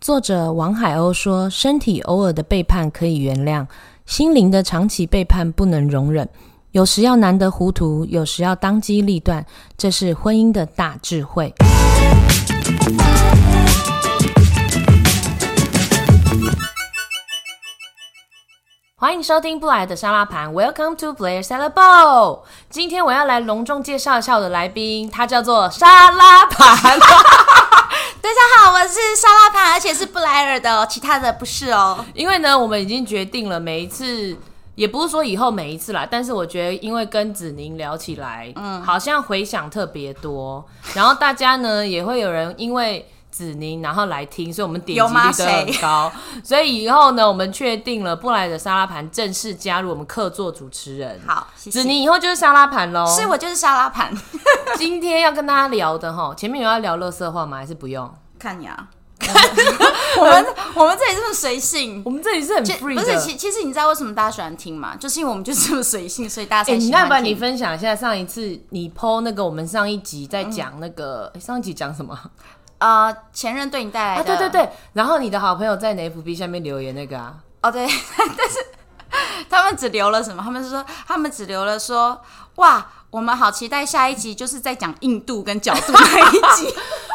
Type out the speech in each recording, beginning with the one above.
作者王海鸥说：“身体偶尔的背叛可以原谅，心灵的长期背叛不能容忍。有时要难得糊涂，有时要当机立断，这是婚姻的大智慧。”欢迎收听布莱的沙拉盘，Welcome to Blair Salad Bowl。今天我要来隆重介绍一下我的来宾，他叫做沙拉盘。大家好，我是沙拉盘，而且是布莱尔的哦，其他的不是哦。因为呢，我们已经决定了，每一次也不是说以后每一次啦，但是我觉得，因为跟子宁聊起来，嗯，好像回想特别多，然后大家呢也会有人因为。子宁，然后来听，所以我们点击有吗率都很高。 所以以后呢，我们确定了布莱的沙拉盘正式加入我们客座主持人。好，谢谢子宁以后就是沙拉盘喽。是我就是沙拉盘，今天要跟大家聊的哈，前面有要聊乐色话吗？还是不用？看你啊，我们 我们这里这么随性我。们这里是很其 free 不的。是，其其实你知道为什么大家喜欢听吗？就是因为我们就是这么随性，所以大家哎、才你喜要欢不然你听。分享一下上一次你 PO 那个我们上一集在讲那个、诶嗯上一集讲什么啊？呃，前任对你带来的，对对，对，然后你的好朋友在你 FB 下面留言那个 啊，哦对，但是他们只留了什么？他们是说，他们只留了说，哇，我们好期待下一集，就是在讲印度跟角度那一集。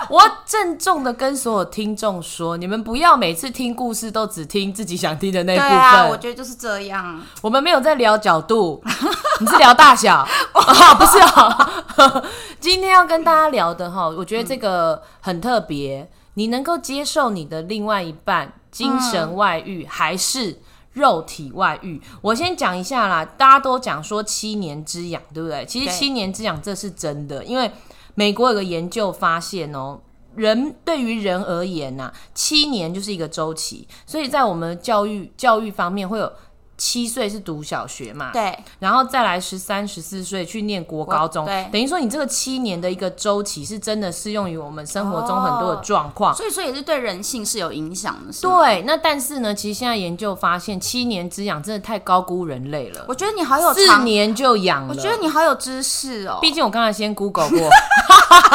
我郑重的跟所有听众说，你们不要每次听故事都只听自己想听的 那一对部分，啊，我我觉得就是这样。们没有在聊角度， 你是聊大小， 哦、不是哦。 今天要跟大家聊的哈，我觉得这个很特别，你能够接受你的另外一半精神外遇、还是？肉体外遇，我先讲一下啦。大家都讲说七年之痒，对不对？其实对七年之痒这是真的，因为美国有个研究发现哦、人对于人而言呐、七年就是一个周期，所以在我们教育教育方面会有七岁是读小学嘛，对，然后再来十三、十四岁去念国高中，国对等于说你这个七年的一个周期是真的适用于我们生活中很多的状况。所以说也是对人性是有影响的。是吗，对，啊那但是呢，其实现在研究发现，七年之痒真的太高估人类了，我觉得你好有四常，年就痒了。我觉得你好有知识哦。毕竟我刚才先 Google 过，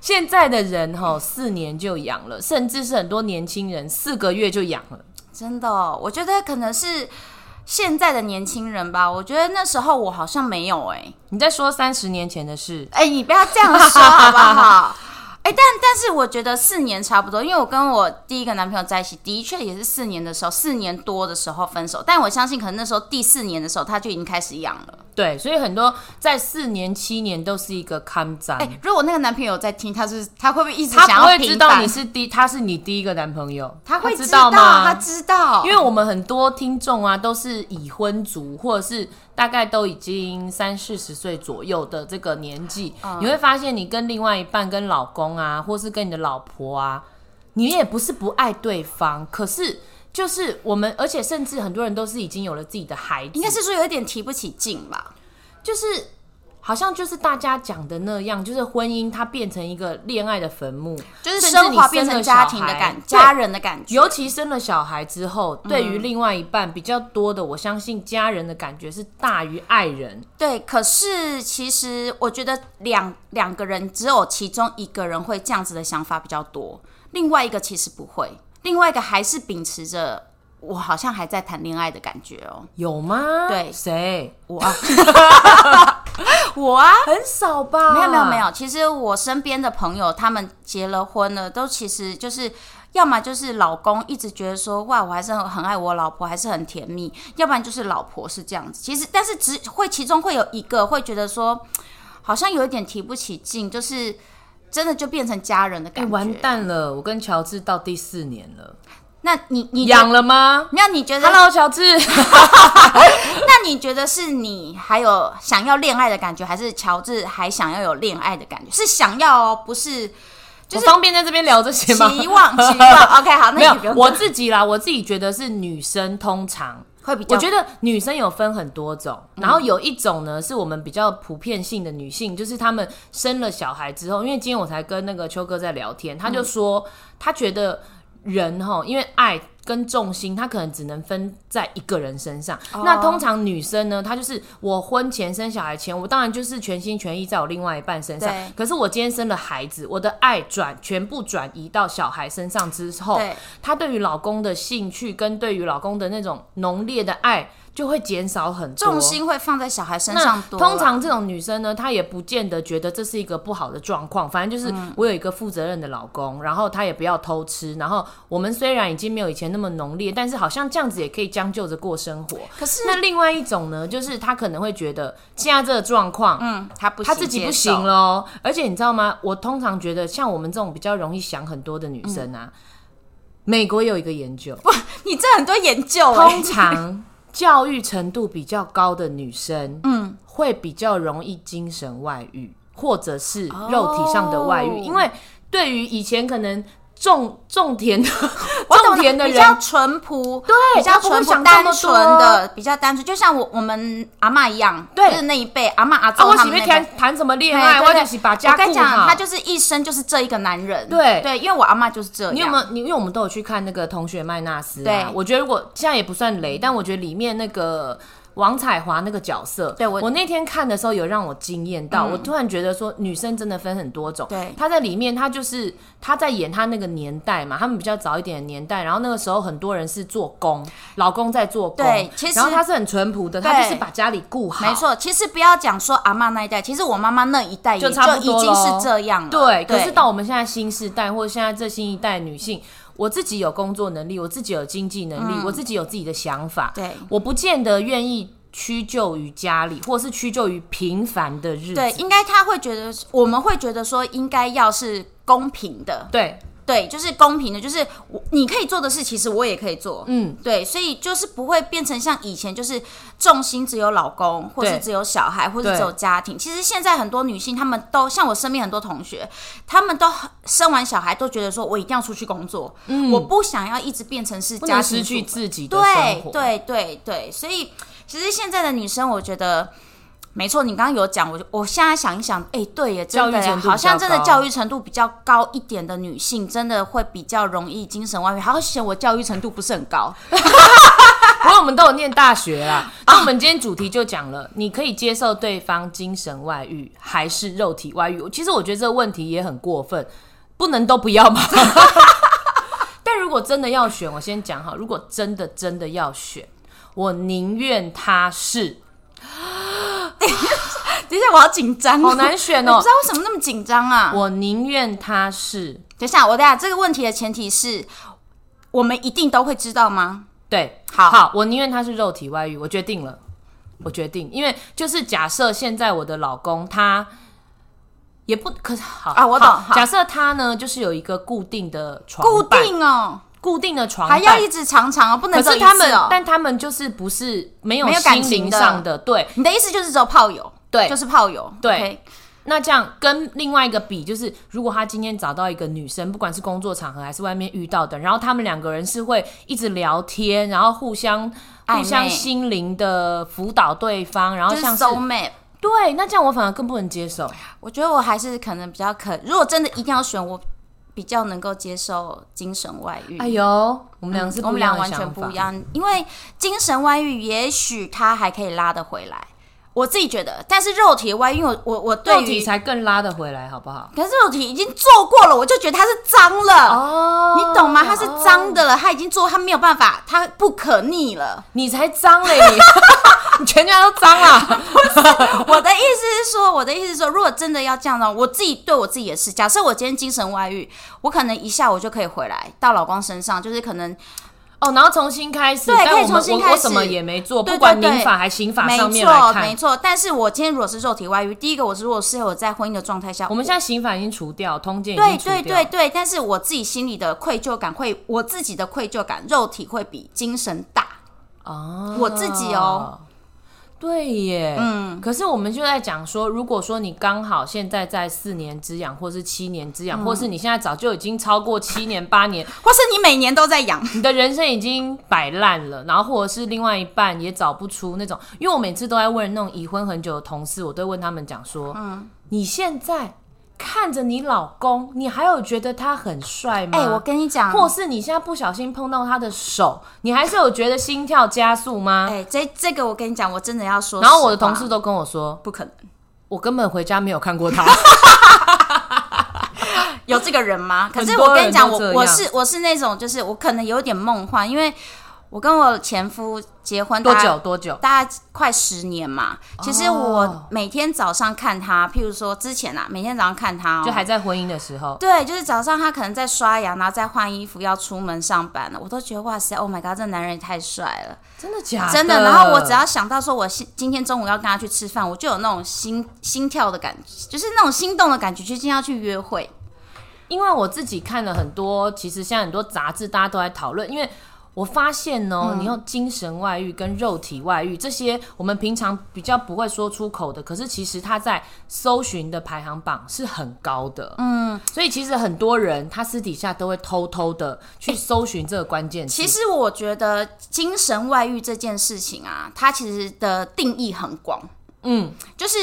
现在的人哈、四年就痒了，甚至是很多年轻人四个月就痒了。真的哦、我觉得可能是现在的年轻人吧。我觉得那时候我好像没有哎、你在说三十年前的事？哎、你不要这 样说好不好？哎、但但是我觉得四年差不多，因为我跟我第一个男朋友在一起，的确也是四年的时候，四年多的时候分手。但我相信，可能那时候第四年的时候，他就已经开始痒了。对，所以很多在四年、七年都是一个康展。哎、如果那个男朋友有在听，他是他会不会一直他想不要会平知道反你是第，他是你第一个男朋友，他会知道道吗？他知道，因为我们很多听众啊，都是已婚族，或者是大概都已经三四十岁左右的这个年纪，嗯你会发现你跟另外一半、跟老公啊，或是跟你的老婆啊，你也不是不爱对方，可是就是我们，而且甚至很多人都是已经有了自己的孩子，应该是说有一点提不起劲吧。就是好像就是大家讲的那样，就是婚姻它变成一个恋爱的坟墓，就是甚至升你华变生成了家小庭的孩感，对家人的感觉。尤其生了小孩之后，对嗯于另外一半比较多的，我相信家人的感觉是大于爱人。对，可是其实我觉得两两个人只有其中一个人会这样子的想法比较多，另外一个其实不会，另外一个还是秉持着我好像还在谈恋爱的感觉哦。有吗？对谁？我 啊，我啊，很少吧？哎没有没有没。有，其实我身边的朋友，他们结了婚了，都其实就是。要么就是老公一直觉得说哇，我还是很很爱我老婆，还是很甜蜜；要不然就是老婆是这样子。其实，但是只会其中会有一个会觉得说，好像有一点提不起劲，就是真的就变成家人的哎、感觉。完！蛋了！我跟乔治到第四年了，那你你觉痒了吗那你觉得？Hello，乔治。 那你觉得是你还有想要恋爱的感觉，还是乔治还想要有恋爱的感觉？是想要哦，不是我方便在这边聊这些吗？期望 期望。OK，好，没那有你不用，我自己啦，我自己觉得是女生通常会比较，嗯我觉得女生有分很多种，然后有一种呢是我们比较普遍性的女性，就是她们生了小孩之后，因为嗯今天我才跟那个秋哥在聊天，他就说、他觉得人哈，因为爱跟重心，他可能只能分在一个人身上。哦那通常女生呢，她就是我婚前生小孩前，我当然就是全心全意在我另外一半身上对。可是我今天生了孩子，我的爱转全部转移到小孩身上之后，对她对于老公的兴趣跟对于老公的那种浓烈的爱就会减少很多。重心会放在小孩身那上多了。通常这种女生呢，她也不见得觉得这是一个不好的状况，反正就是嗯我有一个负责任的老公，然后他也不要偷吃，然后我们虽然已经没有以前那么浓烈，但是好像这样子也可以将就着过生活。可是那另外一种呢，就是她可能会觉得现在这个状况，嗯，他不她他自己不行喽。而且你知道吗？我通常觉得像我们这种比较容易想很多的女生啊，美国有一个研 究，你这很多研究、通欸，常教育程度比较高的女生，嗯，会比较容易精神外遇，或者是肉体上的外遇，哦因为对于以前可能种种田的我懂种田的比较人。淳朴，对比较他不会淳朴想这么单多纯的，比较单纯，就像我我们阿嬷一样，对就是那一辈阿嬷阿啊！祖我他喜们欢那辈谈。谈什么恋对爱，对我对就是把家我跟顾你讲，好他。就是一生就是这一个男人。对对，因为我阿嬷就是这样。你有没有？你因为我们都有去看那个《同学麦纳斯》对嗯啊，我觉得如果现在也不算雷，但我觉得里面那个王彩华那个角色，对我嗯我那天看的时候有让我惊艳到，我突然觉得说女生真的分很多种。对她在里面，她就是她在演她那个年代嘛，他们比较早一点的年代，然后那个时候很多人是做工，老公在做工，对其实然后她是很淳朴的，对她就是把家里顾好，没。错，其实不要讲说阿嬷那一代，其实我妈妈那一代也就差不已多经咯是这样了。对，可对是到我们现在新时代，或者现在这新一代女性，我自己有工作能力，我自己有经济能力，我自己有自己的想法，嗯对我不见得愿意屈就于家里，或是屈就于平凡的日子。对，应该他会觉得，我们会觉得说应该要是公平的，对对，就是公平的，就是我你可以做的事，其实我也可以做，嗯，对，所以就是不会变成像以前，就是重心只有老公，或是对只有小孩，或是对只有家庭。其实现在很多女性，她们都像我身边很多同学，她们都生完小孩都觉得说，我一定要出去工作，嗯，我不想要一直变成是不家能庭失主去妇自己的生对活。对对对，所以其实现在的女生，我觉得没错，你刚刚有讲，我就我现在想一想，哎、对耶，真的教育耶，程度好像真的比较高教育程度比较高一点的女性，真的会比较容易精神外遇。好险，我教育程度不是很高， 不过我们都有念大学啦，那我们今天主题就讲了，你可以接受对方精神外遇还是肉体外遇？其实我觉得这个问题也很过分，不能都不要嘛。但如果真的要选，我先讲好，如果真的真的要选，我宁愿他是，等一下我好紧张、好难 选我哦不知。道为什么那么紧张啊。我宁愿他是等一下，我等一下这个问题的前提是我们一定都会知道吗？对，好好，我宁愿他是肉体外遇，我决定了，我决定，因为就是假设现在我的老公他也不可是好啊我懂好假设他呢就是有一个固定的床固伴定哦，固定的床还伴，要一直常常哦，不能可是只有一他们、次哦。但他们就是不是没有没有感心情灵的上的对。你的意思就是只有炮友，对就是炮友，对 OK 那这样跟另外一个比，就是如果他今天找到一个女生，不管是工作场合还是外面遇到的，然后他们两个人是会一直聊天，然后互相暧互相昧心灵的辅导对方，然后就是像 soul mate。对，那这样我反而更不能接受。我觉得我还是可能比较可，如果真的一定要选，我比较能够接受精神外遇。哎呦，我们嗯，两个是我不们一样俩的完全想法不一。样，因为精神外遇也许他还可以拉得回来，我自己觉得。但是肉体外遇，因为我我我对肉体于，才更拉得回来，好不好？可是肉体已经做过了，我就觉得他是脏了，哦你懂吗？他是脏的，的了，他已经做，他没有办法，他不可逆了。你才脏嘞！你你 全家都脏啊啦。我的意思是说，我的意思是说，如果真的要这样呢，我自己对我自己也是。假设我今天精神外遇，我可能一下我就可以回来到老公身上，就是可能 哦，然后重新开始，对但可以我们重新我开我始什么也没做，对不管对对民法还刑法没上面来错没看，错。但是我今天如果是肉体外遇，第一个我是如果是我在婚姻的状态下，我们现在刑法已经除掉，通奸已对经除掉。对对对，但是我自己心里的愧疚感会，我自己的愧疚感，肉体会比精神大。哦，我自己哦。啊对耶，嗯嗯，可是我们就在讲说，如果说你刚好现在在四年之痒，或是七年之嗯痒，或是你现在早就已经超过七年八年， 或是你每年都在养，你的人生已经摆烂了，然后或者是另外一半也找不出那种，因为我每次都在问那种已婚很久的同事，我都会问他们讲说，嗯，你现在看着你老公，你还有觉得他很帅吗？哎、我跟你讲，或是你现在不小心碰到他的手，你还是有觉得心跳加速吗？哎、这这个我跟你讲，我真的要说实然话。后我的同事都跟我说，不可能我根本回家没有看过 他。有这个人吗？可很是多我跟你讲，人我都这我样是我是那种，就是我可能有点梦幻，因为我跟我前夫结婚多大概久？哦多久？大概快十年嘛。其实我每天早上看他，譬如说之前啊，每天早上看他、哦，就还在婚姻的时候，对，就是早上他可能在刷牙，然后再换衣服要出门上班了，我都觉得哇塞，Oh my god，这男人也太帅了，真的假的？真的。然后我只要想到说我今今天中午要跟他去吃饭，我就有那种心心跳的感觉，就是那种心动的感觉，就今天要去约会。因为我自己看了很多，其实现在很多杂志大家都在讨论，因为我发现哦、嗯你用精神外遇跟肉体外遇这些，我们平常比较不会说出口的，可是其实它在搜寻的排行榜是很高的，嗯，所以其实很多人他私底下都会偷偷的去搜寻这个关键词。其实我觉得精神外遇这件事情啊，它其实的定义很广，嗯，就是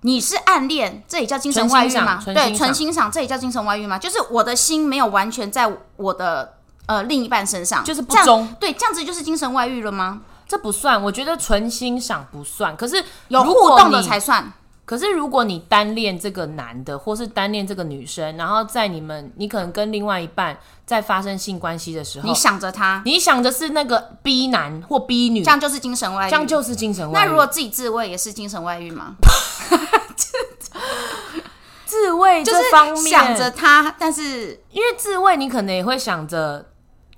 你是暗恋，这也叫精神外遇吗？纯欣赏纯对，欣赏纯欣赏，这也叫精神外遇吗？就是我的心没有完全在我的呃另一半身上，就是不这样忠，对，这样子就是精神外遇了吗？这不算，我觉得纯欣赏不算。可是有如互果动的你才算。可是如果你单恋这个男的，或是单恋这个女生，然后在你们你可能跟另外一半在发生性关系的时候，你想着他，你想的是那个 B 男或 B 女，这样就是精神外遇。这样就是精神外那遇。如果自己自慰也是精神外遇吗？自慰就这方面，是想着他，但是因为自慰你可能也会想着。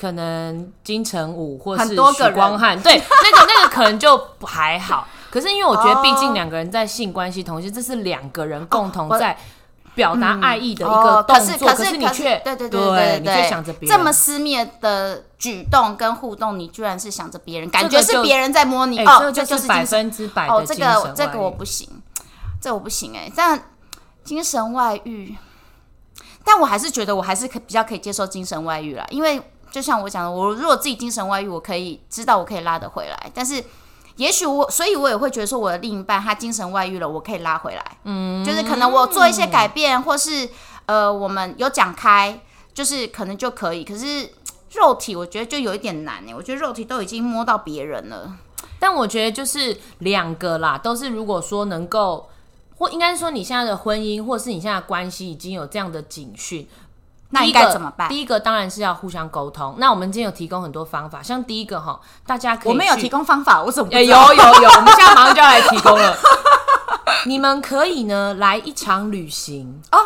可能金城武或是很多个许人光汉，对那个那个可能就还好。 可是因为我觉哦得，毕竟两个人在性关系同时，这是两个人共同哦我在表达爱意的一哦个动可是作，可是是你却对对对对对你对，却想着别人哎这么私密的举动跟互动，你居然是想着别人，感这觉个是就别人在摸你哎、哦，这这就就是是百精神分之百的，哦这精神个这外个我遇不行，这我不行哎，但精神外遇，但我还是觉得我还是可比较可以接受精神外遇啦，因为就像我讲的，我如果自己精神外遇，我可以知道我可以拉得回来，但是。也许我，所以我也会觉得说，我的另一半他精神外遇了，我可以拉回来。嗯，就是可能我做一些改变，或是呃，我们有讲开，就是可能就可以。可是肉体，我觉得就有一点难哎、我觉得肉体都已经摸到别人了。但我觉得就是两个啦，都是如果说能够，或应该是说你现在的婚姻，或是你现在的关系已经有这样的警讯，那第应一个该怎么办？第一个当然是要互相沟通。那我们今天有提供很多方法，像第一个哈，大家可以我们有去提供方法，我怎么不哎、知有道有 有，我们现在马上就要来提供了。 你们可以呢来一场旅行哦。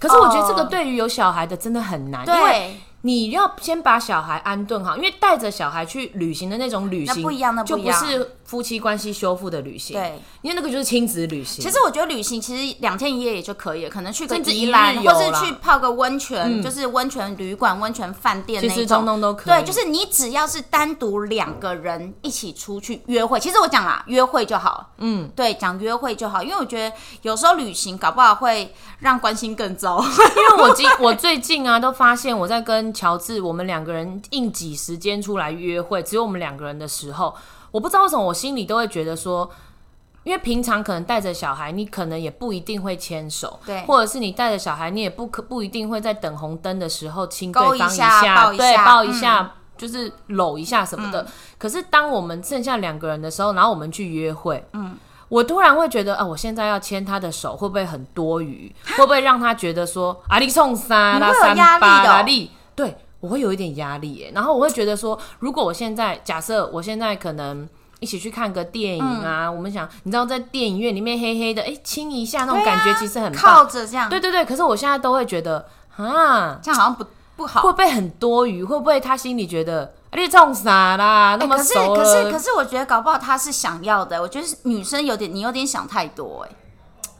可是我觉得哦这个对于有小孩的真的很难，因为对，你要先把小孩安顿好，因为带着小孩去旅行的那种旅行那不一样那不就一不样是夫妻关系修复的旅行，对，因为那个就是亲子旅行。其实我觉得旅行其实两天一夜也就可以了，可能去个甚至一宜日兰，游或是啦嗯去泡个温泉，就是温泉旅馆、温泉饭店其那实种通。通都可以，对，就是你只要是单独两个人一起出去约会，其实我讲啦，约会就好。嗯，对，讲约会就好，因为我觉得有时候旅行搞不好会让关心更糟。因为我今我最近啊都发现我在跟乔治，我们两个人硬挤时间出来约会，只有我们两个人的时候，我不知道为什么我心里都会觉得说。因为平常可能带着小孩，你可能也不一定会牵手，对或者是你带着小孩，你也不可不一定会在等红灯的时候亲对勾方一下嗯抱一对，下抱一下，就是搂一下什么的。可是当我们剩下两个人的时候，然后我们去约会，嗯，我突然会觉得，啊，我现在要牵他的手会不会很多余？会不会让他觉得说，啊，你送三你啦，会有三压力八的啦，哦力，对我会有一点压力耶。然后我会觉得说，如果我现在假设我现在可能。一起去看个电影啊！嗯我们想，你知道在电影院里面黑黑的，哎、亲一下那种对啊感觉其实很棒。 靠着这样，对对对，可是我现在都会觉得，啊，这样好像不不好。会不会很多余？会不会他心里觉得啊你冲啥啦？那哎么可是熟了，可是可是，我觉得搞不好他是想要的。我觉得是女生有点，你有点想太多、哎，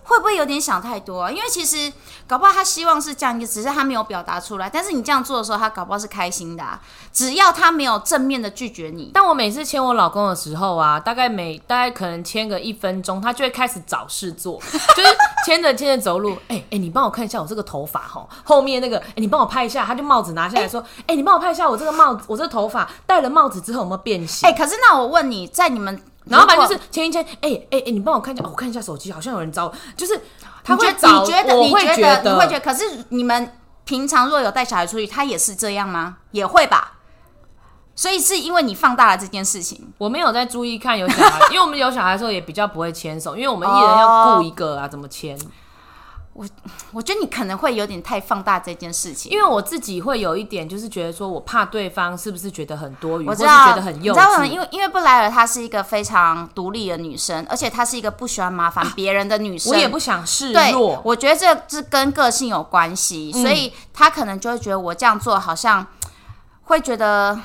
会不会有点想太多、啊？因为其实搞不好他希望是这样，只是他没有表达出来。但是你这样做的时候，他搞不好是开心的、啊。只要他没有正面的拒绝你，但我每次牵我老公的时候啊，大概每大概可能牵个一分钟，他就会开始找事做， 就是牵着牵着走路，哎、哎、你帮我看一下我这个头发哈，后面那个，哎、你帮我拍一下，他就帽子拿下来说，哎、哎你帮我拍一下我这个帽子，我这个头发戴了帽子之后有没有变形？哎、可是那我问你，在你们然后反正就是签一签，哎哎哎，你帮我看一下，哦我看一下手机，好像有人找我，就是他会啊你觉找，你觉得我你会觉觉你会觉得，可是你们平常若有带小孩出去，他也是这样吗？也会吧。所以是因为你放大了这件事情，我没有在注意看有小孩，因为我们有小孩的时候也比较不会牵手，因为我们一人哦要顾一个啊，怎么牵？我觉得你可能会有点太放大这件事情。因为我自己会有一点，就是觉得说我怕对方是不是觉得很多余，我知或道，是觉得很幼你知道为什么？稚。因为因为布莱尔她是一个非常独立的女生，而且她是一个不喜欢麻烦别人的女生。我也不想示对弱，，嗯我觉得这是跟个性有关系，所以他可能就会觉得我这样做好像会觉得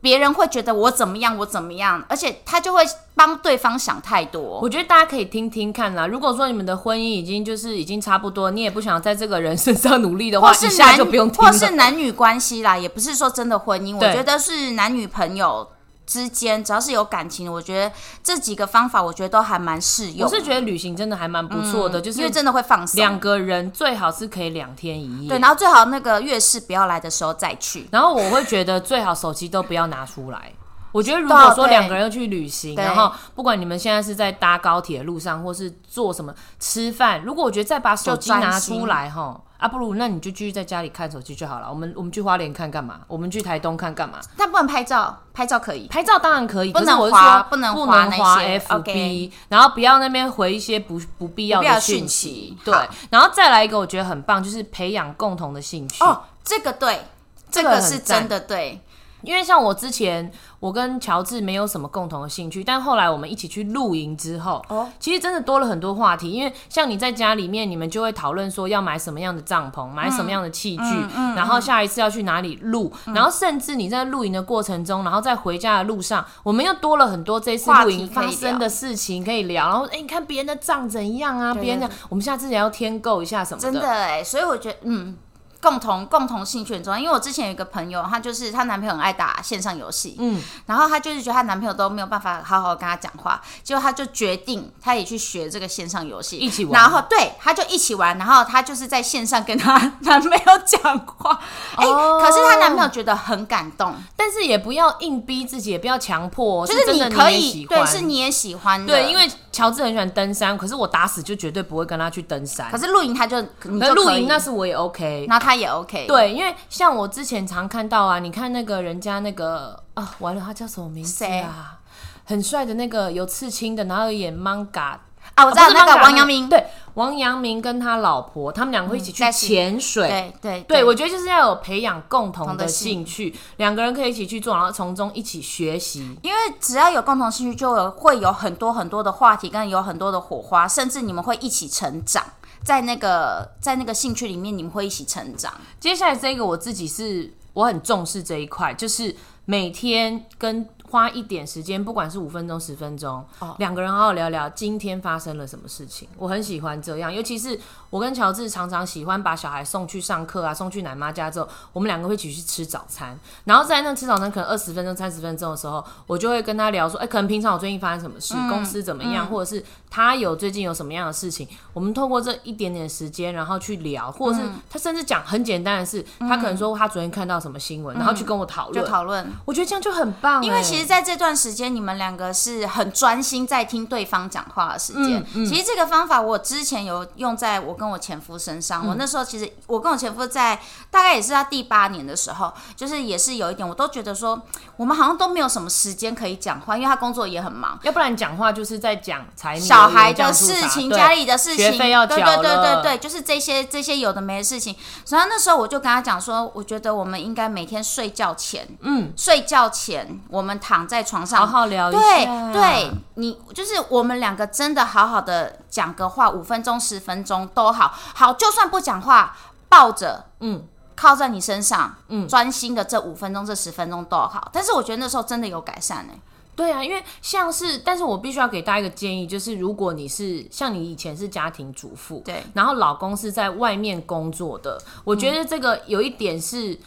别人会觉得我怎么样，我怎么样，而且他就会帮对方想太多。我觉得大家可以听听看啦。如果说你们的婚姻已经就是已经差不多，你也不想在这个人身上努力的话，或一是下男，就不用听或是了。男女关系啦，也不是说真的婚姻，我对觉得是男女朋友之间，只要是有感情，我觉得这几个方法，我觉得都还蛮适我用。是觉得旅行真的还蛮不错的，就是嗯因为真的会放松。两个人最好是可以两天一夜。对，然后最好那个月事不要来的时候再去。然后我会觉得最好手机都不要拿出来。我觉得如果说对两个人要去旅行，对然后不管你们现在是在搭高铁路上，或是做什么吃饭，如果我觉得再把手机就专拿心出来，哈，啊，不如那你就继续在家里看手机就好了。我们我们去花莲看干嘛？我们去台东看干嘛？但不能拍照，拍照可以。拍照当然可以，不可是能我是滑说不能不滑能那滑些 FB， OK 然后不要那边回一些不不必要不必的要的讯讯息息。对好，然后再来一个，我觉得很棒，就是培养共同的兴趣。哦，这个对，这这个很个是真的对。因为像我之前，我跟乔治没有什么共同的兴趣，但后来我们一起去露营之后，哦其实真的多了很多话题。因为像你在家里面，你们就会讨论说要买什么样的帐篷，买嗯什么样的器具，然后下一次要去哪里露，然后甚至你在露营的过程中，然后在回家的路上，我们又多了很多这次话露题营可以发生的事情可以聊。然后，哎，你看别人的帐怎样啊？对别人的，我们下次也要添购一下什么真的哎、所以我觉得，嗯，共同共同兴趣很重要。因为我之前有一个朋友，她就是她男朋友很爱打线上游戏，嗯嗯，然后她就是觉得她男朋友都没有办法好好跟她讲话，结果她就决定她也去学这个线上游戏，一起玩然后对，她就一起玩，然后她就是在线上跟她 男朋友讲话，哎、哦可是她男朋友觉得很感动，但是也不要硬逼自己，也不要强迫哦，就是真的你可也以，喜对，欢是你也喜欢的，对，因为乔治很喜欢登山，可是我打死就绝对不会跟他去登山。可是露营他就你那就露可营以那是我也 OK。那他也 OK，，对，因为像我之前常看到啊，你看那个人家那个啊，完了他叫什么名字谁啊？很帅的那个有刺青的，然后演 manga，啊，我知哦道不是那 manga，个王阳明，对，王阳明跟他老婆，他们两个会一起去在一起潜水。对对对，我觉得就是要有培养共同同的的兴兴趣，两个人可以一起去做，然后从中一起学习。因为只要有共同兴趣，就有会有很多很多的话题，跟有很多的火花，甚至你们会一起成长，在那个在那个兴趣里面，你们会一起成长。接下来这个我自己是我很重视这一块，就是每天跟花一点时间，不管是五分钟、十分钟哦，两、个人好好聊聊今天发生了什么事情。我很喜欢这样，尤其是我跟乔治常常喜欢把小孩送去上课啊，送去奶妈家之后，我们两个会一起去吃早餐，然后在那吃早餐可能二十分钟、三十分钟的时候，我就会跟他聊说，哎、可能平常我最近发生什么事，公司怎么嗯样，或者是他有最近有什么样的事情，我们透过这一点点时间，然后去聊，或者是嗯他甚至讲很简单的事，他可能说他昨天看到什么新闻，然后去跟我讨嗯就论。讨论，我觉得这样就很棒、欸因为其实在这段时间，你们两个是很专心在听对方讲话的时间。其实这个方法我之前有用在我跟我前夫身上。我那时候其实我跟我前夫在大概也是他第八年的时候，就是也是有一点，我都觉得说我们好像都没有什么时间可以讲话，因为他工作也很忙。要不然讲话就是在讲财务、嗯小孩的讲出啥事情、对家里的事学情，费要对缴对对了对对，就是这些这些有的没的事情。然后那时候我就跟他讲说，我觉得我们应该每天睡觉前，嗯，睡觉前我们躺在床好上。好聊一下。对对，你就是我们两个真的好好的讲个话，五分钟十分钟都好，好就算不讲话，抱着，嗯，靠在你身上，嗯专心的这五分钟这十分钟都好。但是我觉得那时候真的有改善呢、欸对啊，因为像是，但是我必须要给大家一个建议，就是如果你是像你以前是家庭主妇，对，然后老公是在外面工作的，我觉得这个有一点是。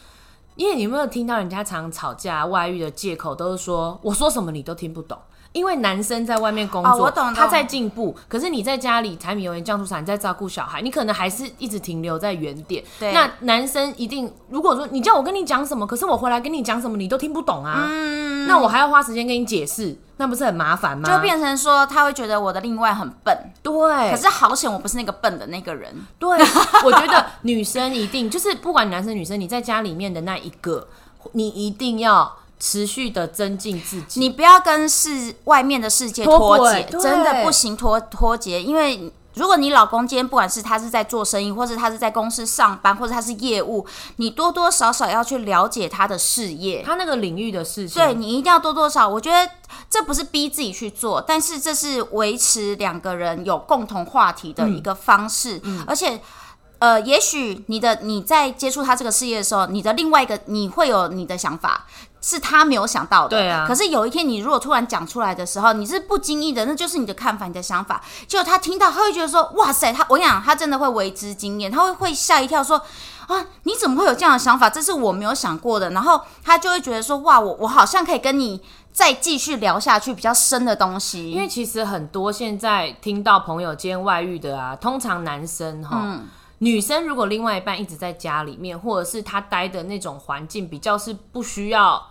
因为你有没有听到人家常吵架、外遇的借口都是说我说什么你都听不懂，因为男生在外面工哦作，我懂懂他在进步，可是你在家里柴米油盐酱醋茶，你在照顾小孩，你可能还是一直停留在原点。对那男生一定，如果说你叫我跟你讲什么，可是我回来跟你讲什么，你都听不懂嗯啊，那我还要花时间跟你解释，那不是很麻烦吗？就变成说他会觉得我的另外很笨，对，可是好险我不是那个笨的那个人。对， 我觉得女生一定就是不管男生女生，你在家里面的那一个，你一定要持续的增进自己。你不要跟世外面的世界脱脱轨节，对真的不行脱脱节，因为。如果你老公今天不管是他是在做生意，或是他是在公司上班，或者他是业务，你多多少少要去了解他的事业。他那个领域的事情，对你一定要多多少，我觉得这不是逼自己去做，但是这是维持两个人有共同话题的嗯一个方式，而且。呃，也许你的你在接触他这个事业的时候，你的另外一个你会有你的想法，是他没有想到的。对啊可是有一天你如果突然讲出来的时候，你是不经意的，那就是你的看法、你的想法。结果他听到，他会觉得说：“哇塞！”他我跟你讲，他真的会为之惊艳，他会会吓一跳说。啊！你怎么会有这样的想法？这是我没有想过的。然后他就会觉得说，哇，我我好像可以跟你再继续聊下去比较深的东西。因为其实很多现在听到朋友间外遇的啊，通常男生哈。嗯女生如果另外一半一直在家里面，或者是她待的那种环境比较是不需要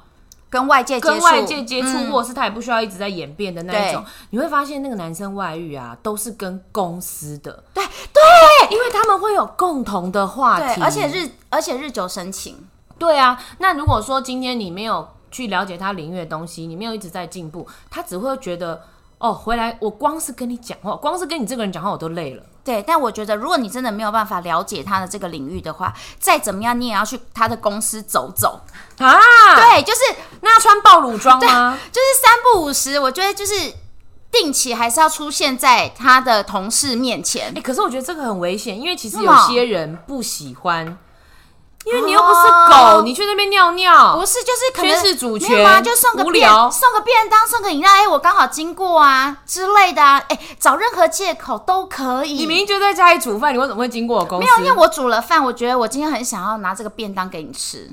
跟外界接跟触，外界接触，嗯或者是他也不需要一直在演变的那一种，你会发现那个男生外遇啊，都是跟公司的，对对，因为他们会有共同的话题，对，而且日而且日久生情，对啊。那如果说今天你没有去了解他领域的东西，你没有一直在进步，他只会觉得哦，回来我光是跟你讲话，光是跟你这个人讲话我都累了。对，但我觉得，如果你真的没有办法了解他的这个领域的话，再怎么样你也要去他的公司走走。啊，对，就是那要穿暴乳装吗？就是三不五时，我觉得就是定期还是要出现在他的同事面前哎、。可是我觉得这个很危险，因为其实为有什么些人不喜欢，因为你又不是狗，哦你去那边尿尿，不哦是，就是可能宣示主权没有啊，就送个无便聊送个便当，送个饮料，哎、我刚好经过啊之类的啊，哎、找任何借口都可以。你明明就在家里煮饭，你为什么会经过我公司？嗯没有，因为我煮了饭，我觉得我今天很想要拿这个便当给你吃。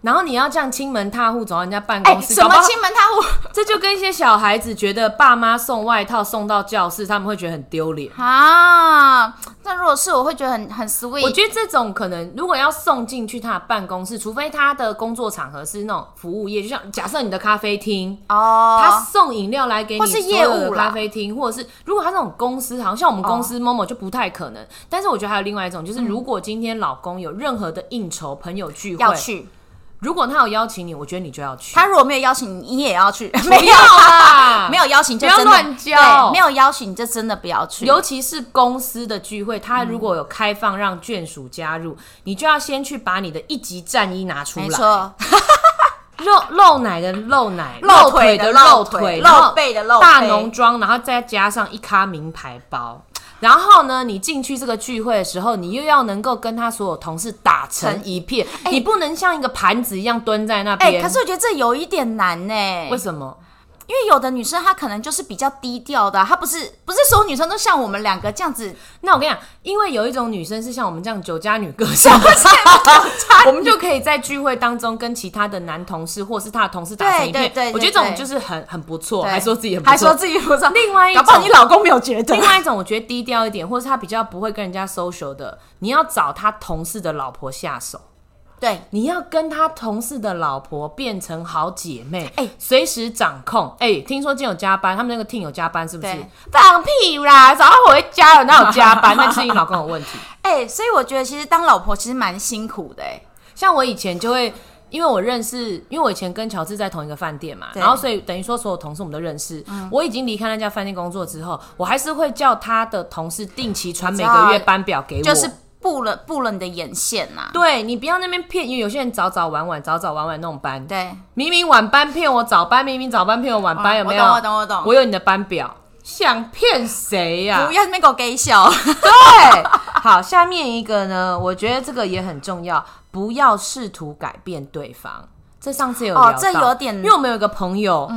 然后你要这样亲门踏户走到人家办哎、公室，什搞不么好亲门踏户 这就跟一些小孩子觉得爸妈送外套送到教室，他们会觉得很丢脸。啊？那如果是我会觉得很很 sweet。我觉得这种可能，如果要送进去他的办公室，除非他的工作场合是那种服务业，就像假设你的咖啡厅，哦，他送饮料来给你或所是有业的务啦咖啡厅，或者是如果他那种公司，好像我们哦公司 Momo 就不太可能。但是我觉得还有另外一种，就是嗯如果今天老公有任何的应酬、朋友聚要会，去，如果他有邀请你，我觉得你就要去。 他如果没有邀请你，你也要去。不没有啊要啦， 没有邀请就真的不要乱叫对没有邀请你就真的不要去。尤其是公司的聚会，他如果有开放让眷属加入，你就要先去把你的一级战衣拿出没来，错，露露奶的露奶，腿露腿的的露露腿然后露背的露背大浓妆，然后再加上一咖名牌包。然后呢，你进去这个聚会的时候，你又要能够跟他所有同事打成一片，你不能像一个盘子一样蹲在那哎、边。可是我觉得这有一点难呢、为什么？因为有的女生她可能就是比较低调的啊、她不是不是所有女生都像我们两个这样子，那我跟你讲，因为有一种女生是像我们这样酒家女歌手， 我们就可以在聚会当中跟其他的男同事或是他的同事打成一片。对对对对我觉得这种就是很很不错，对还说自己很不错。还说自己不错，另外一搞种不好你老公没有觉得另。外一种，我觉得低调一点，或是他比较不会跟人家 social 的，你要找他同事的老婆下手。 对，你要跟他同事的老婆变成好姐妹，哎、哎随时掌控。哎、听说今天有加班，他们那个 team 有加班是不是对？放屁啦！早上回家了，哪有加班？那是你老公有问题。哎、所以我觉得其实当老婆其实蛮辛苦的、哎，像我以前就会，因为我认识，因为我以前跟乔治在同一个饭店嘛，对嗯然后所以等于说所有同事我们都认识。我已经离开那家饭店工作之后，我还是会叫他的同事定期传每个月班表给我。就是布了布了你的眼线啊呐、对你不要那边骗，因为有些人早早晚晚，早早晚晚那种班，对，明明晚班骗我早班，明明早班骗我晚班，嗯有没有？我懂我懂我懂我有你的班表，想骗谁呀不？要在那边给我 gay 笑。对，好，下面一个呢，我觉得这个也很重要，不要试图改变对方。这上次有聊到哦这有点嗯因为我们有一个朋友，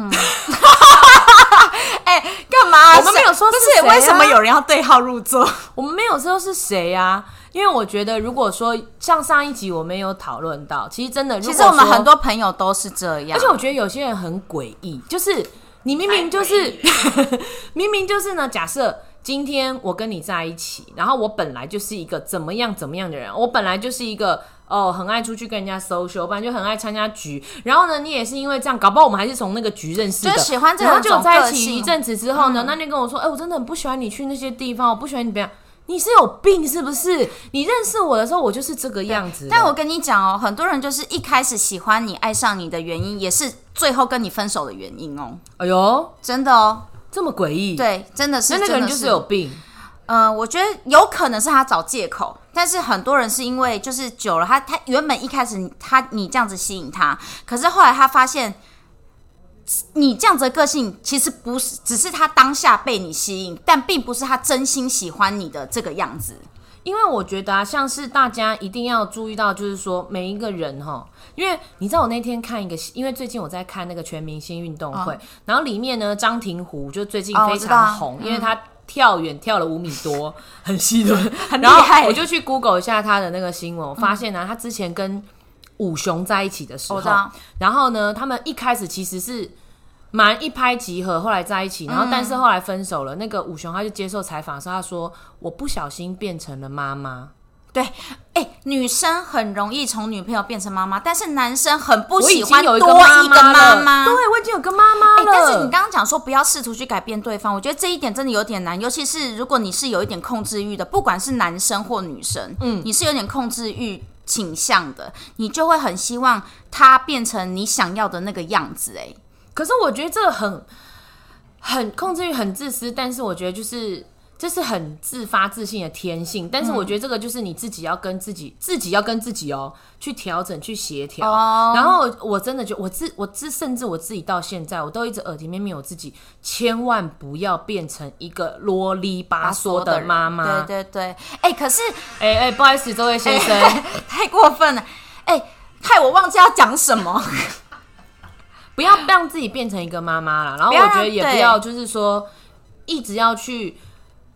哎、干嘛、我们没有说不是谁啊为什么有人要对号入座？我们没有说是谁啊，因为我觉得如果说像上一集我们有讨论到，其实真的，其实我们很多。多朋友都是这样而且，我觉得有些人很诡异，就是你明明就是才诡异 明明就是呢，假设今天我跟你在一起，然后我本来就是一个怎么样怎么样的人，我本来就是一个哦，很爱出去跟人家 social，不然就很爱参加局。然后呢，你也是因为这样，搞不好我们还是从那个局认识的，就喜欢这然后就种在个一起一性嗯阵子之后呢，那你跟我说，哎、我真的很不喜欢你去那些地方，我不喜欢你怎么样。你是有病是不是？你认识我的时候，我就是这个样子的。但我跟你讲哦，很多人就是一开始喜欢你、爱上你的原因，也是最后跟你分手的原因哦，哎呦，真的哦，这么诡异。，对，真的是。那那个真人的就是有病。呃，我觉得有可能是他找借口，但是很多人是因为就是久了，他他原本一开始你他你这样子吸引他，可是后来他发现你这样子的个性其实不是，只是他当下被你吸引，但并不是他真心喜欢你的这个样子。因为我觉得啊，像是大家一定要注意到，就是说每一个人哈，因为你知道我那天看一个，因为最近我在看那个全明星运动会，然后里面呢张庭湖就最近哦非我知道常啊红，嗯因为他跳远跳了五米多，很细的， 很厉然后害我就去 Google 一下他的那个新闻，我发现呢、啊他之前跟五雄在一起的时候我知道，然后呢，他们一开始其实是蛮一拍即合，后来在一起，然嗯后但是后来分手了。那个五雄他就接受采访的时候，他说：“我不小心变成了妈妈，对，哎、女生很容易从女朋友变成妈妈，但是男生很不我已喜经欢有多一一个妈个妈妈了，妈。对我已经有个妈妈哎了。但是你刚刚讲说不要试图去改变对方，我觉得这一点真的有点难，尤其是如果你是有一点控制欲的，不管是男生或女生，嗯，你是有点控制欲倾向的，你就会很希望他变成你想要的那个样子、哎，可是我觉得这很很控制欲很自私，但是我觉得就是这是很自发自信的天性，但是嗯我觉得这个就是你自己要跟自己、自己要跟自己哦去调整去协调。哦然后我真的觉得我自我自甚至我自己到现在我都一直耳提面命我自己，千万不要变成一个啰里吧嗦的人妈妈。对对对，哎、可是哎哎哎、不好意思，这位先生， 太过分了，哎、害我忘记要讲什么。不要让自己变成一个妈妈啦，然后不要我让觉得也不对要，就是说一直要去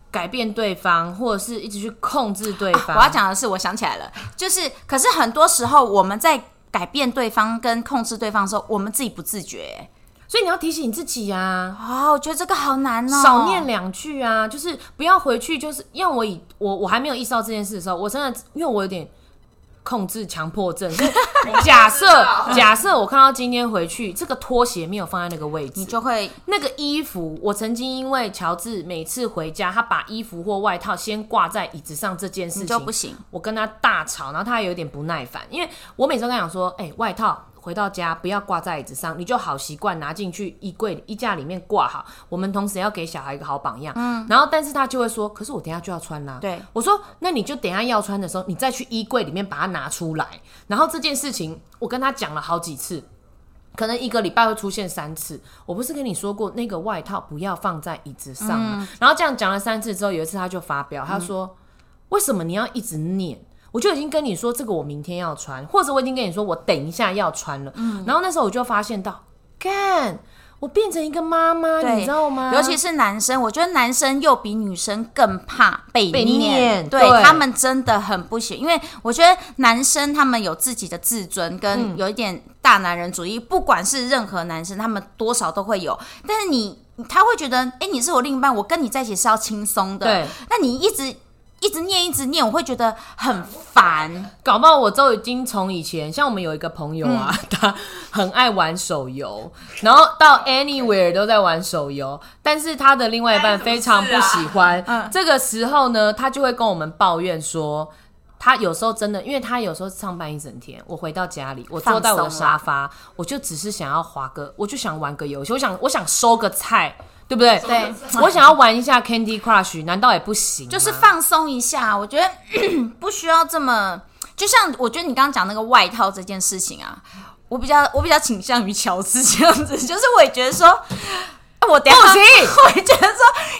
改变对方，或者是一直去控制对方。 啊我要讲的是，我想起来了，就是可是很多时候我们在改变对方跟控制对方的时候，我们自己不自觉、哎所以你要提醒自己呀、哦，我觉得这个好难哦，少念两句啊，就是不要回去，就是因为我以我我还没有意识到这件事的时候，我真的因为我有点控制强迫症， 所以假设哦假设我看到今天回去这个拖鞋没有放在那个位置，你就会那个衣服，我曾经因为乔治每次回家，他把衣服或外套先挂在椅子上这件事你情，就不行。我跟他大吵，然后他还有点不耐烦，因为我每次都跟他讲说，哎、外套回到家不要挂在椅子上，你就好习惯拿进去衣柜衣架里面挂好。我们同时要给小孩一个好榜样，嗯，然后但是他就会说，可是我等一下就要穿啦、对，我说那你就等一下要穿的时候，你再去衣柜里面把它拿出来。然后这件事情我跟他讲了好几次。可能一个礼拜会出现三次。我不是跟你说过那个外套不要放在椅子上嗯吗？然后这样讲了三次之后，有一次他就发飙，他说：“为什么你要一直念？”我就已经跟你说这个我明天要穿，或者我已经跟你说我等一下要穿了。嗯然后那时候我就发现到，看我变成一个妈妈，对你知道吗？尤其是男生，我觉得男生又比女生更怕被被念，念对对他们真的很不行。因为我觉得男生他们有自己的自尊，跟有一点大男人主义，不管是任何男生，他们多少都会有。但是你他会觉得，哎、你是我另一半，我跟你在一起是要轻松的。对，那你一直一直念一直念，我会觉得很烦。搞不好我都已经从以前，像我们有一个朋友啊，嗯 他很爱玩手游，然后到 anywhere 都在玩手游，但是他的另外一半非常不喜哎欢。啊嗯这个时候呢，他就会跟我们抱怨说。他有时候真的，因为他有时候上班一整天，我回到家里，我坐在我的放松啊沙啦发，我就只是想要滑个，我就想玩个游戏，我想我想收个菜，对不对？对，我想要玩一下 Candy Crush，难道也不行吗？就是放松一下。我觉得 不需要这么，就像我觉得你刚刚讲那个外套这件事情啊，我比较我比较倾向于乔治这样子， 就是我也觉得说，啊我等一下不行 我也觉得说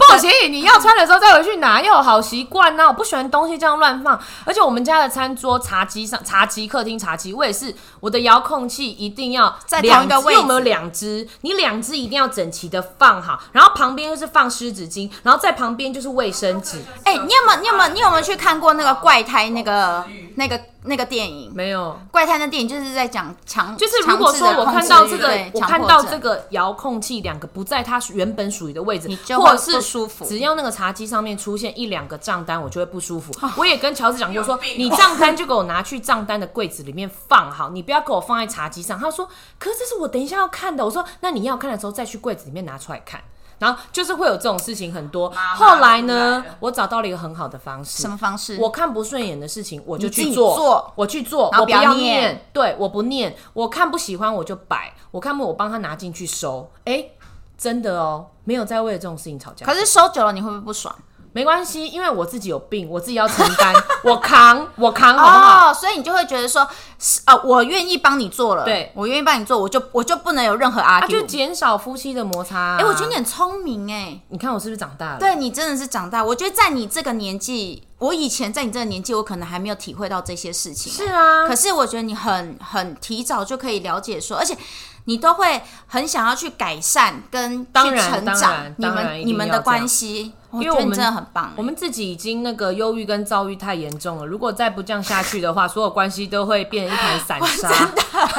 不行，你要穿的时候再回去拿，要有好习惯呐。我不喜欢东西这样乱放，而且我们家的餐桌、茶几上、茶几、客厅茶几，我也是，我的遥控器一定要在两同一个只位置因为我们有两只，你两只一定要整齐的放好，然后旁边就是放湿纸巾，然后在旁边就是卫生纸。哎哎、你有没有你有没有你有没有去看过那个怪胎那个那个那个电影。哦没有，怪胎那电影就是在讲强，就是如果说我看到这个，我看到这个，个遥控器两个不在它原本属于的位置，你就或会者不是舒服。只要那个茶几上面出现一两个账单，我就会不舒服。我也跟乔治讲过说，病哦你账单就给我拿去账单的柜子里面放好，你不要给我放在茶几上。他说，可是这是我等一下要看的。我说，那你要看的时候再去柜子里面拿出来看。然后就是会有这种事情很多。妈妈后来呢出来了，我找到了一个很好的方式什。么方式？我看不顺眼的事情，我就嗯你自去己做，做我去做，然我不后不要要念念，对，我不念，我看不喜欢我就摆，我看不我帮他拿进去收，哎，真的哦，没有再为了这种事情吵架。可是收久了你会不会不爽？没关系，因为我自己有病，我自己要承 担，我扛，我扛，好不好？哦，所以你就会觉得说，是啊，我愿意帮你做了，对我愿意帮你做，我就我就不能有任何啊，就 argue。减少夫妻的摩擦、啊。哎、我觉得你很聪明哎、你看我是不是长大了？，对你真的是长大。我觉得在你这个年纪，我以前在你这个年纪，我可能还没有体会到这些事情、是啊。可是我觉得你很很提早就可以了解说，而且你都会很想要去改善跟当去然成当长然你当然一们定你们要这的样关系，我因为觉得我你们真的很棒。我们自己已经那个忧郁跟躁郁太严重了，如果再不这样下去的话，所有关系都会变成一盘散 沙。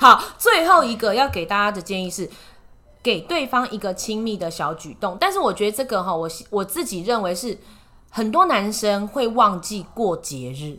好，最后一个要给大家的建议是。给对方一个亲密的小举动，但是我觉得这个哈，我希我自己认为是很多男生会忘记过节日，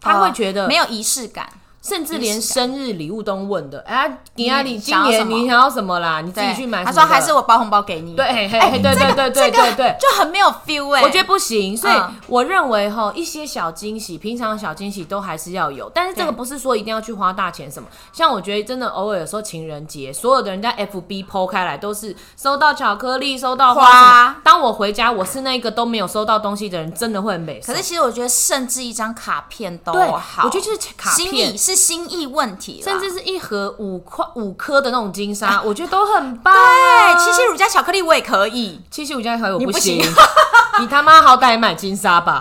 他会觉得呃没有仪式感，甚至连仪式生日礼物都问的，哎、啊，你啊，你今想要年什么你想要什么啦？你自对，己去买什他么的。说还是我哎包红包给你，对，嘿嘿嘿对这对个对对这个对对。就很没有 feel 哎、我觉得不行，所以嗯我认为哈，一些小惊喜，平常的小惊喜都还是要有，但是这个对不是说一定要去花大钱什么。像我觉得真的偶尔有时候情人节，所有的人家 FB 剖开来都是收到巧克力，收到花花什么。当我回家，我是那个都没有收到东西的人，真的会很美。哦可是其实我觉得甚至一张卡片都对，好，我觉得就是卡心片意，是心意问题啦，甚至是一盒五块五颗的那种金沙，我觉得都很棒。啊对七哎夕乳加巧克力我也可以，七夕五加一盒我你不行行， 你他妈好歹买金沙吧。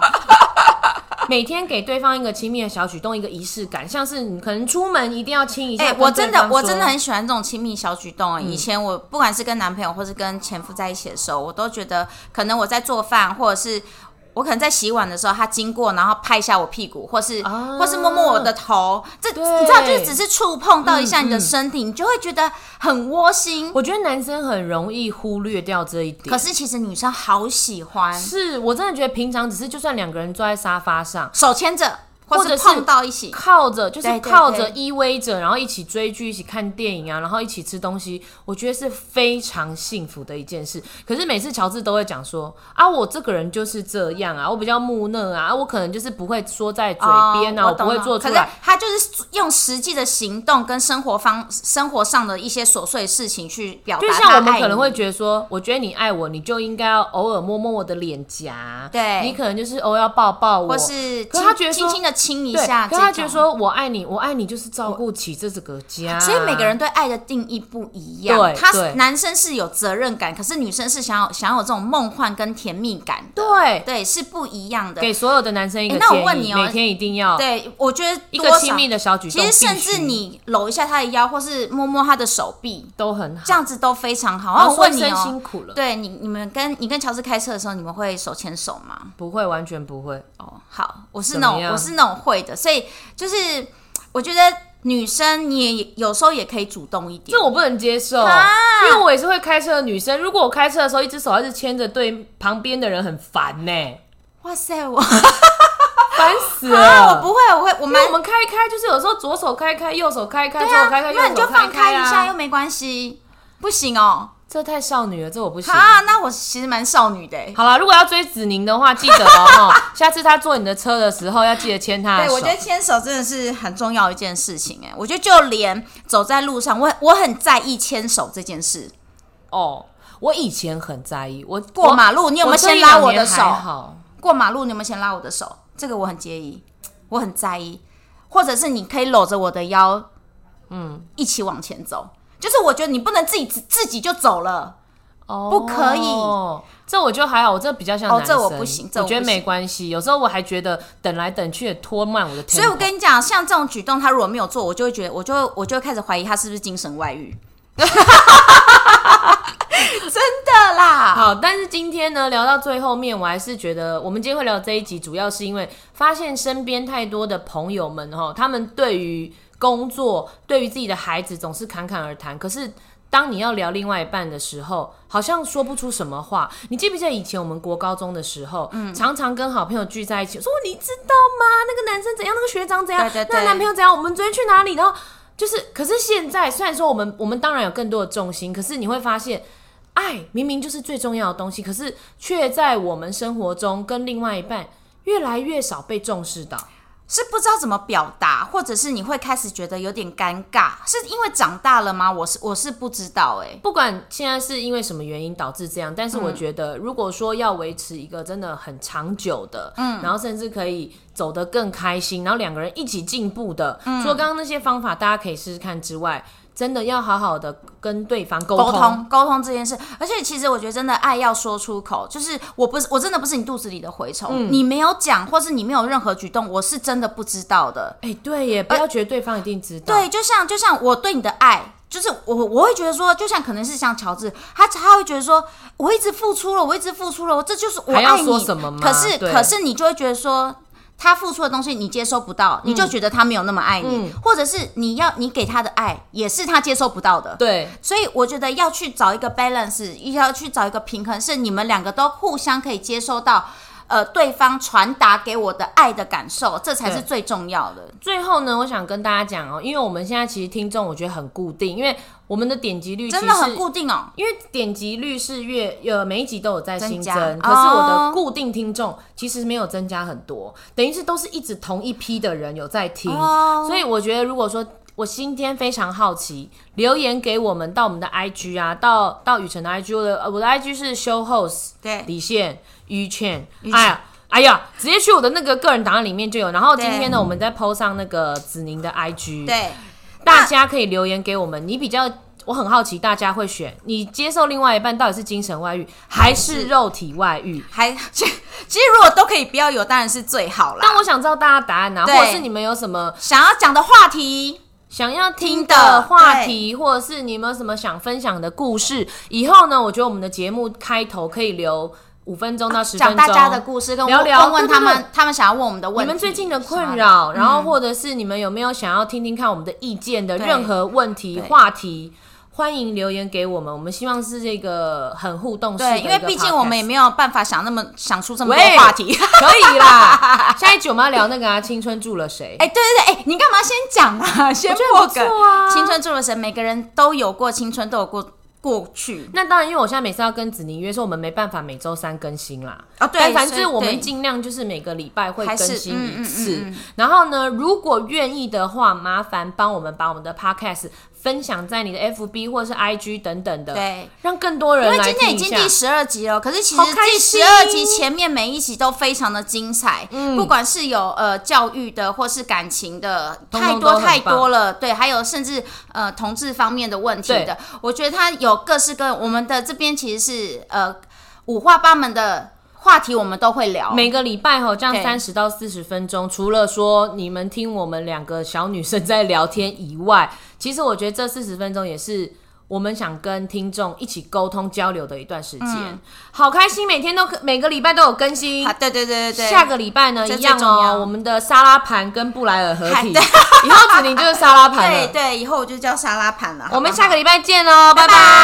每天给对方一个亲密的小举动，一个仪式感，像是你可能出门一定要亲一下。哎、跟我真对的方说嗯我真的很喜欢这种亲密小举动、哎以前我不管是跟男朋友或是跟前夫在一起的时候，我都觉得可能我在做饭，或者是我可能在洗碗的时候，他经过然后拍一下我屁股，或是、啊或是摸摸我的头，这对你知道，就是只是触碰到一下嗯你的身体，你就会觉得很窝心。我觉得男生很容易忽略掉这一点。可是其实女生好喜欢是我真的觉得平常只是就算两个人坐在沙发上，手牵着，或或者是是碰到一起。靠着就是对对靠着对依偎着，然后一起追剧、一起看电影啊，然后一起吃东西，我觉得是非常幸福的一件事。可是每次乔治都会讲说啊，我这个人就是这样啊，我比较木讷啊，啊我可能就是不会说在嘴边啊，哦我不懂会懂做出可来是。他就是用实际的行动跟生活方生活上的一些琐碎事情去表达就他爱你。像我们可能会觉得说，我觉得你爱我，你就应该要偶尔摸摸我的脸颊，对你可能就是偶尔要抱抱我，或是可轻是他觉得说轻轻的亲一对，下，可是他觉得，说我爱你，我爱你就是照顾起这整个家，所以每个人对爱的定义不一样。对他对男生是有责任感，可是女生是想要想要有这种梦幻跟甜蜜感的，对。对，是不一样的。给所有的男生一个诶建那议，我问你哦每天一定要对，我觉得一多个少亲密的小举动其必须，实甚至你搂一下他的腰，或是摸摸他的手臂，都很好。这样子都非常好。然然后后我问你说一声辛哦，苦了，对你你们跟你跟乔治开车的时候，你们会手牵手吗？不会，完全不会。哦，好，我是怎那么种样我是那种会的，所以就是我觉得女生你也有时候也可以主动一点这。我不能接受，因为我也是会开车的女生。如果我开车的时候一只手还是牵着对旁边的人，很烦呢、哇塞，我烦死啊，了。 我不会，我会我因蛮为我们开一开，就是有时候左手开一开，右手开一开，对左手啊开一开，，右那你就手开放开开一下又啊。没关系，不行哦。这太少女了，这我不行。啊，那我其实蛮少女的欸。好啦，如果要追子宁的话，记得哦，哈下次他坐你的车的时候要记得牵他的对，手。我觉得牵手真的是很重要一件事情哎，我觉得就连走在路上，我我很在意牵手这件事。哦，我以前很在意，我过马路，你你有没有先拉我的手？好，过马路你有没有先拉我的手？这个我很介意，我很在意。或者是你可以搂着我的腰，嗯，一起往前走。就是我觉得你不能自己自自己就走了，哦不可以这我就还好，我这比较像哦男生，这我不行这我我觉得不行没关系。有时候我还觉得等来等去也拖慢我的 tempo，所以我跟你讲，像这种举动，他如果没有做， 我就会觉得，我就会我就会开始怀疑他是不是精神外遇。的啦。好，但是今天呢，聊到最后面，我还是觉得我们今天会聊这一集，主要是因为发现身边太多的朋友们哈，他们对于工作、对于自己的孩子总是侃侃而谈，可是。当你要聊另外一半的时候，好像说不出什么话。你记不记得以前我们国高中的时候，常常跟好朋友聚在一起，说哦你知道吗？那个男生怎样，那个学长怎样，对对对那个男朋友怎样，我们昨天去哪里？然后就是，可是现在虽然说我们我们当然有更多的重心，可是你会发现，爱明明就是最重要的东西，可是却在我们生活中跟另外一半越来越少被重视到。是不知道怎么表达，或者是你会开始觉得有点尴尬，是因为长大了吗？我是我是不知道哎、不管现在是因为什么原因导致这样，但是我觉得，如果说要维持一个真的很长久的，嗯，然后甚至可以走得更开心，然后两个人一起进步的，嗯除了刚刚那些方法大家可以试试看之外，真的要好好的跟对方沟沟通沟通这件事，而且其实我觉得真的爱要说出口，就是我不是我真的不是你肚子里的蛔虫，你没有讲，或是你没有任何举动，我是真的不知道的。哎、对耶，不要觉得对方一定知道。呃对，就像就像我对你的爱，就是我我会觉得说，就像可能是像乔治，他他会觉得说，我一直付出了，我一直付出了，我这就是我还要爱你。说什么吗可是对可是你就会觉得说。他付出的东西你接收不到，你就觉得他没有那么爱你，嗯或者是你要你给他的爱也是他接收不到的。对，所以我觉得要去找一个 balance，要去找一个平衡，是你们两个都互相可以接收到，呃，对方传达给我的爱的感受，这才是对最重要的。最后呢，我想跟大家讲哦、因为我们现在其实听众我觉得很固定，因为我们的点击率真其的实很固定哦。因为点击率是越呃每一集都有在新增，增加可是我哦的固定听众其实没有增加很多，等于是都是一直同一批的人有在听，哦所以我觉得如果说。我今天非常好奇，留言给我们到我们的 IG 啊，到到雨辰的 IG 我的，呃我的 IG 是 show host 对李现于倩，哎呀哎呀，直接去我的那个个人档案里面就有。然后今天呢，我们再 PO 上那个子宁的 IG，对，大家可以留言给我们，你比较。我很好奇，大家会选你接受另外一半到底是精神外遇还是肉体外遇？还 其其实如果都可以不要有，当然是最好啦。但我想知道大家答案啊，或对者是你们有什么想要讲的话题，想要听听的的话题，或者是你有没有什么想分享的故事？以后呢，我觉得我们的节目开头可以留五分钟到十分讲钟，大家的故事，跟我聊聊问问对对他们对他们想要问我们的问你题，们最近的什困么扰，然后或者是你们有没有想要听听看我们的意见的对任何问题对话题？欢迎留言给我们，我们希望是这个很互动式的对，一个 podcast。因为毕竟我们也没有办法想那么想出这么喂多话题。 可以啦，下一集我们要聊那个啊，青春住了谁？哎、对对对，哎、你干嘛先讲 啊？先我觉得破不梗错啊青春住了神，每个人都有过青春，都有过过去。那当然，因为我现在每次要跟子宁约，说我们没办法每周三更新啦。哦对但凡所以是我对们尽量就是每个礼拜会还更是新嗯一次。嗯嗯然后呢，如果愿意的话，麻烦帮我们把我们的 podcast 分享在你的 FB 或者是 IG 等等的，对，让更多因人为来今天听已一经下第。十二集了，可是其实好开第心嗯十二集前面每一集都非常的精彩，不管是有呃教育的，或是感情的，通太通多都很太多了。对，还有甚至呃同志方面的问题的，我觉得它有各式各样。我们的这边其实是呃五花八门的话题，我们都会聊。每个礼拜哈，这样对三十到四十分钟，除了说你们听我们两个小女生在聊天以外， 其实我觉得这四十分钟也是我们想跟听众一起沟通交流的一段时间。好开心，每天都可每个礼拜都有更新啊，。对对对对对，下个礼拜呢，这一样最重要哦，我们的沙拉盘跟布莱尔合体，对以后子宁就是沙拉盘对了。 对，以后我就叫沙拉盘了。好不好我们下个礼拜见哦，拜拜拜